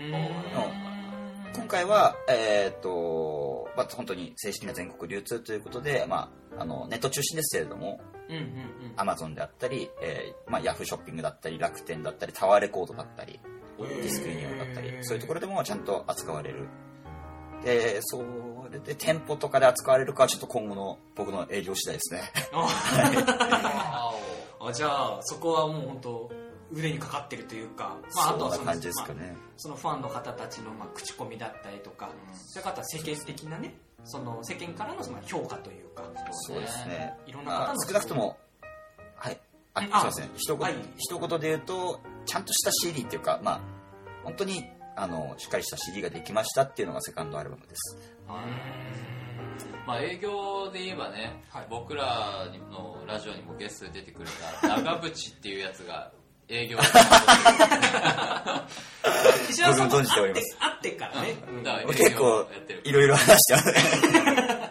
ーん今回は、えっ、と、まあ、本当に正式な全国流通ということで、まあ、あの、ネット中心ですけれども、うんうんうん Amazon であったり、えーまあ、Yahoo ショッピングだったり、楽天だったり、タワーレコードだったり、ディスクユニオンだったり、そういうところでもちゃんと扱われる。で、それで店舗とかで扱われるかはちょっと今後の僕の営業次第ですね。ああじゃあそこはもう本当腕にかかってるというか、まあ、あとはそそのんな感じですかねまあ。そのファンの方たちのまあ口コミだったりとか、うんそういう方は世間的なねその世間からのその評価というかそそううねですね。いろんなま方あの少なくとも、はい。あ、すいません。一言、はい一言で言うと、ちゃんとした CD っていうか、まあ、本当に、あの、しっかりした CD ができましたっていうのがセカンドアルバムです。あまあ営業で言えばね、はい僕らのラジオにもゲストで出てくれ (laughs) た長渕っていうやつが営業だか石原さんもご存知でお会っりまてす会ってからね、うんら営業結構やってる、いろいろ話してますね。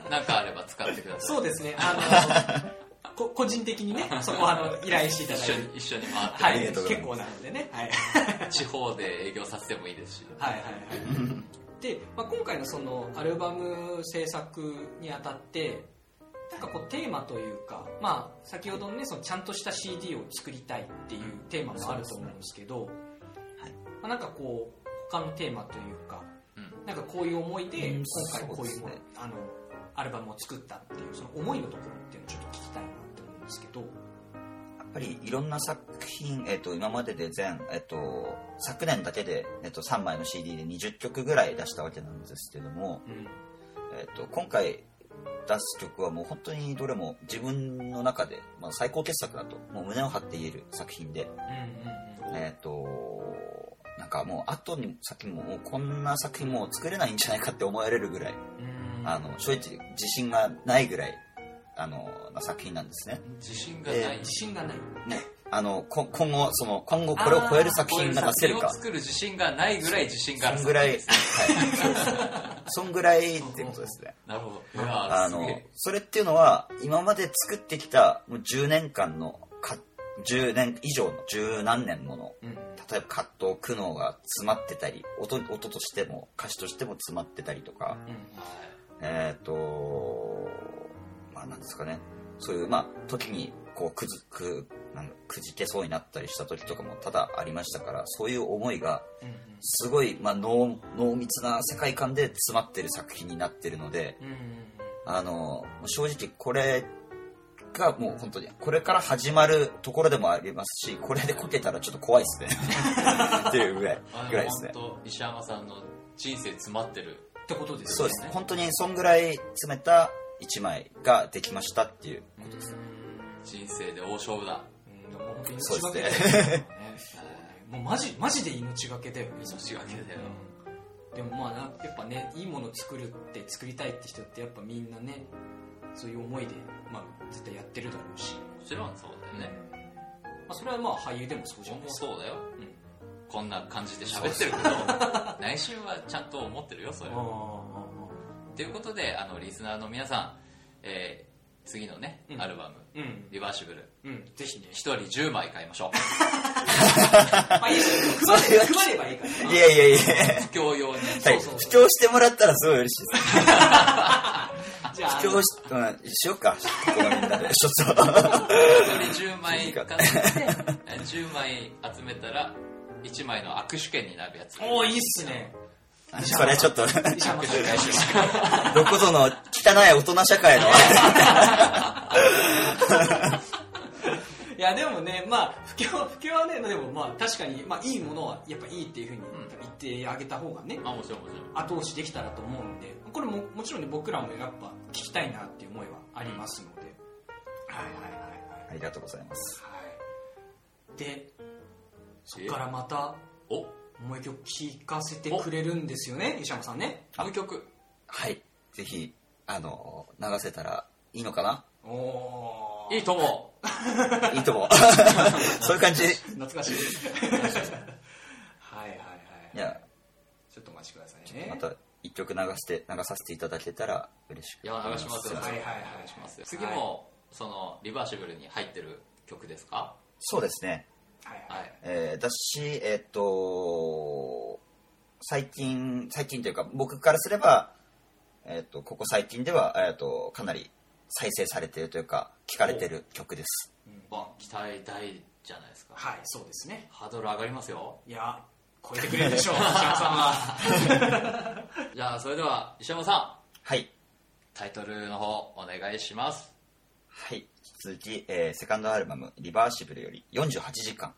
なんかあれば使ってくださいそうですねあのこ個人的にねそこはあの依頼していただい一緒てに一緒に回って、はあいりがとうござい結ます構なのでねはい地方で営業させてもいいですしはいはいはいで、まあ、今回のそのアルバム制作にあたってなんかこうテーマというか、まあ、先ほどのねそのちゃんとした CD を作りたいっていうテーマもあると思うんですけどはいまあ、なんかこう他のテーマというかうんなんかこういう思いでうん今回こういうもそうですねあのアルバムを作ったっていうその思いのところっていうのをちょっとですけどやっぱりいろんな作品、えっと、今までで全、えっと、昨年だけで、えっと、3枚の CD で20曲ぐらい出したわけなんですけども、うんえっと、今回出す曲はもう本当にどれも自分の中で、まあ、最高傑作だともう胸を張って言える作品で、うんえっと、なんかもう後に先ももうこんな作品もう作れないんじゃないかって思われるぐらい、うんうんあの正直自信がないぐらいあのな作品なんですね。自信がないえ自信がないね、あのこ今後その今後これを超える作品が出せるこういう作品をか作る自信がないぐらい自信がある (laughs) そんぐらい、はい、そんぐらいってことですね。なるほどいやーあすげのえそれっていうのは今まで作ってきたもう10年間のか10年以上の十何年ものうん例えば葛藤苦悩が詰まってたり音音としても歌詞としても詰まってたりとか、えっ、とまあなんですかねそういうまあ時にこうくずくなんだくじけそうになったりした時とかも多々ありましたからそういう思いがうんすごい、まあ、濃濃密な世界観で詰まってる作品になってるのでうんうんあのもう正直これがもう本当にこれから始まるところでもありますしこれでこけたらちょっと怖いですねっていうぐらいあのぐらいですね本当石山さんの人生詰まってるってことですそうよですね本当にそんぐらい詰めた1枚ができましたっていう人生で大勝負だうんでも本当にそう命がけでだよねそうねもうマジマジで命がけだよね命がけだようんでもまあなやっぱねいいもの作るって作りたいって人ってやっぱみんなねそういう思いで、まあ、絶対やってるだろうし、もちろんそうだよねまあ、それはまあ俳優でもそうじ自ゃ分ないもですか、そうだようんこんな感じで喋ってるけど (laughs) (laughs) 内心はちゃんと思ってるよそれあーはということであのリスナーの皆さん、えー次のね、うんアルバムあーあー「リバーシブルうん、うん、ぜ (laughs) ひね」一人10枚買いましょう (laughs) まあいいじゃん配れ配ればいいからいやいやいや布教用にはいそうそう布教してもらったらすごい嬉しいですじゃああ布の教し,、うん、しようかこのみんなでちょっと一人10枚 (laughs) 買って10枚集めたら1枚の握手券になるやつおーいいっすねそれちょっと医者も握手会しましょうどこぞの汚い大人社会のいやでもねまあ不況不況はねでもまあ確かに、まあ、いいものはやっぱいいっていうふうに言ってあげた方がね、あもちろんもちろん後押しできたらと思うのでこれももちろんね僕らもやっぱ聞きたいなっていう思いはありますので、はいはいはいありがとうございますはいでそこからまたおもう一曲聴かせてくれるんですよね石山さんねもう一曲はいぜひあの流せたらいいのかなおおーいいともいいと思う (laughs) そういう感じい懐かしいはいはいはいやちょっとお待ちくださいねまた一曲流して流させていただけたら嬉しくいや流しますよはいはいはい流しますよ次もそのリバーシブルに入ってる曲ですかそうですねはいははいいえーだし、えーっと、最近、最近というか、僕からすれば、えーっと、ここ最近では、えーっと、かなり再生されているというか、聞かれている曲です。わ期待大じゃないですかはいそうですねハードル上がりますよいや超えてくれるで (laughs) しょう石山さんはじゃあそれでは石山さんはい。タイトルの方お願いしますはい。引き続き、えーセカンドアルバム、リバーシブルより48時間。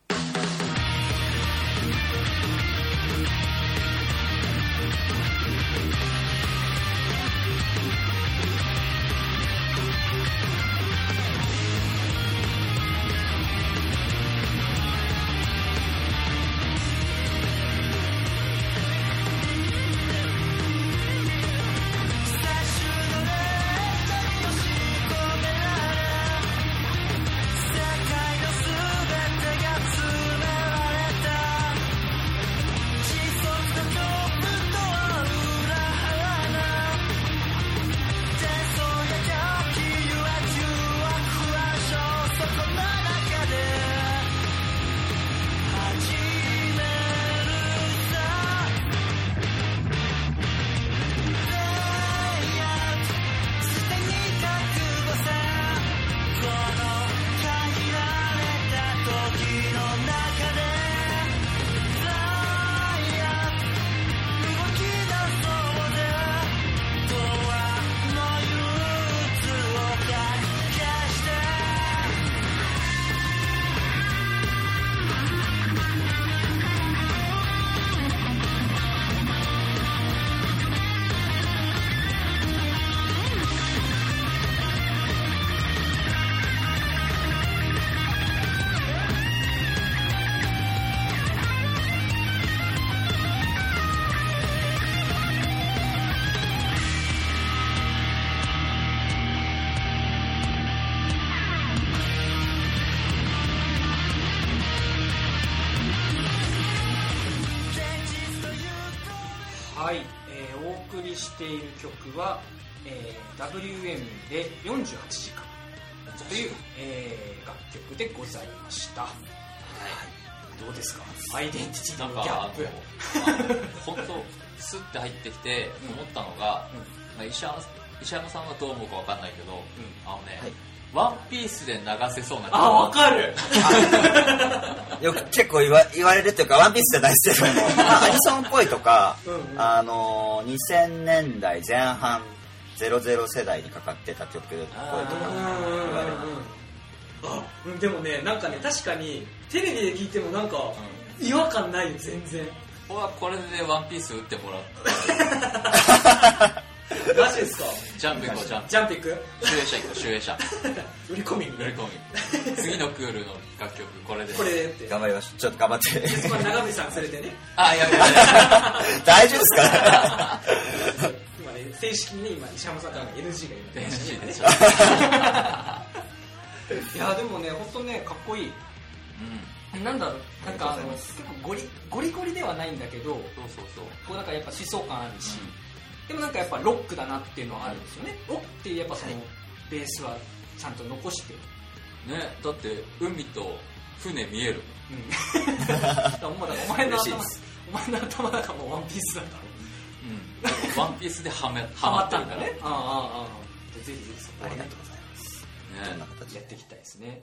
「世界の全てが繋がっている」りしている曲は、えー WM で48時間という、えー楽曲でございました。どうですかアイデンティテなィんのギャかップ。本当スッて入ってきて思ったのが、うんまあ石山石山さんはどう思うかわかんないけど、あのね、はいワンピースで流せそうなあ、わかるよく結構言わ言われるっていうか、ワンピースじゃないですけども、まあアニソンっぽいとか、うんうんあのー、2000年代前半、00世代にかかってた曲っぽいとあか、あうんでもねなんかね確かにテレビで聞いてもなんか違和感ないよ全然ここはこれでワンピース打っても (laughs) らうマジですかジャンプ行こうジャンプジャンプいく集英社行こう集英社 (laughs) 売り込みに乗り込み次のクールの楽曲これで (laughs) これでって頑張りましょう。ちょっと頑張って。 (laughs) まあ長渕さん連れてねあやべやべや大丈夫ですか今ね正式にね今石山さんから NG がべ言 NG われでてしょ、いやでもね本当ねかっこいいうん、なんだろうなんかあありがとうございのま結構ゴリゴリゴリではないんだけどそうそうそうこうなんかやっぱ思想感あるし、でもなんかやっぱロックだなっていうのはあるんですよねロックってやっぱそのベースはちゃんと残してねだって海と船見える (laughs) うん、だからもうだからお前の嬉しい頭ですお前の頭なんかもうワンピースだからうんワンピースではめはハマまっってたるんかだらねああああああでぜひぜひそこはねとうござい (laughs) ます。どんなね形やっでていきたいですね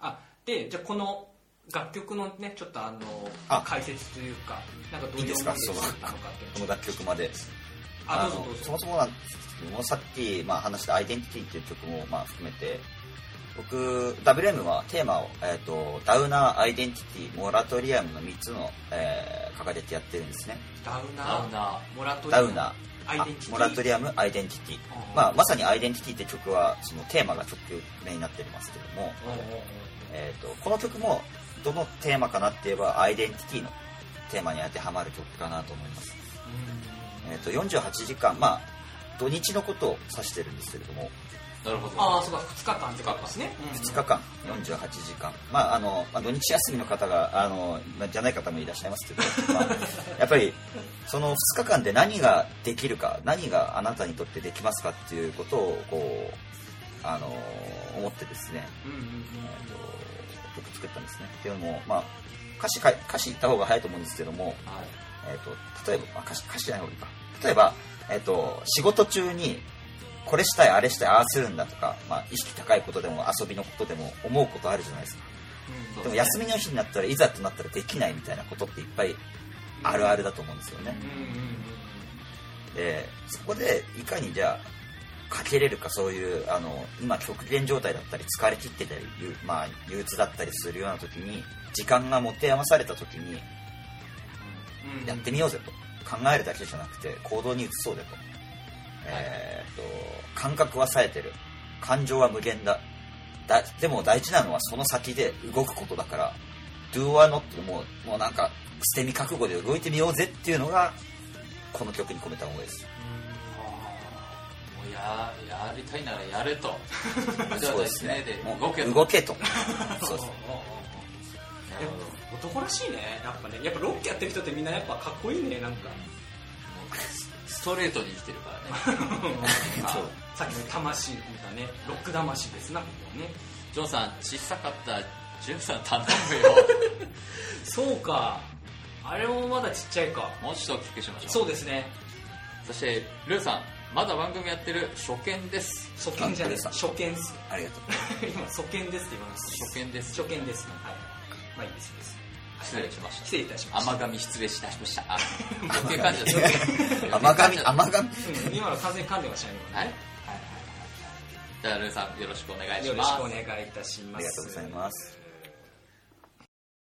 あでじゃあこの楽曲のねちょっとあのあ解説というかなんかどういいいうで思すいかがついたのかっていうのこのを楽曲まで。あどうぞどのうそぞもそもなんですけども、さっき、まあ、話したアイデンティティっていう曲も、まあ、含めて、僕、WM はテーマを、えっ、と、ダウナー、アイデンティティ、モラトリアムの3つの、えー掲げてやってるんですね。ダウナダウーナーモラトリダアウムナアイー、デあンティティモラトリアム、アイデンティティ。うんまあ、まさにアイデンティティって曲は、そのテーマが曲名になってますけども、うんうんうんえー、とこの曲もどのテーマかなって言えばアイデンティティのテーマに当てはまる曲かなと思います、えー、と48時間まあ土日のことを指してるんですけれどもなるほどああそうか2日間ってことですね2日間48時間まああの、まあ、土日休みの方があのまあじゃない方もいらっしゃいますけど、まあ、やっぱりその2日間で何ができるか何があなたにとってできますかっていうことをこうあの思ってですねうんうんうんうんえっと曲作ったんですねっていうのも、まあ、歌詞か歌詞言った方が早いと思うんですけども、はいえっと例えば、まあ、歌詞歌詞じゃない方がいいか例えば、えっと仕事中にこれしたいあれしたいああするんだとか、まあ、意識高いことでも遊びのことでも思うことあるじゃないですかそうででもすね休みの日になったらいざとなったらできないみたいなことっていっぱいあるあるだと思うんですよねうんうんでそこでいかにじゃあかけれるかそういうあの今極限状態だったり疲れ切ってたり、ゆまあ、憂鬱だったりするような時に時間が持て余された時にうんうんやってみようぜと考えるだけじゃなくて行動に移そうぜと,、えーと感覚は冴えてる感情は無限だだでも大事なのはその先で動くことだから Do or not もうもうなんか捨て身覚悟で動いてみようぜっていうのがこの曲に込めた思いですもうややりたいならやれとそうですねで。もう動けと動けと。そ (laughs) うですね。うんうんうんでも男らしいねやっぱねやっぱロックやってる人ってみんなやっぱかっこいいねなんかストレートに生きてるからね (laughs) そうあさっきの魂だねロック魂ですなここねジョンさん小さかったジュンさん頼むよそうかあれもまだちっちゃいかもう一度お聞きしましょうそうですねそしてルーさんまだ番組やってる初見です初見じゃないであすそうで初見っす (laughs) ありがとう。今初見ですって言わなす初見です初見ですはいまあいいですいいです失礼しました失礼いたしました甘噛み失礼いたしま (laughs) したあ余計噛んじゃった甘噛余計み、噛んじゃった甘噛み。うん今の完全に噛んでましたね今はいねじゃあルーさんよろしくお願いしよろますしくお願いいたしますありがとうございます。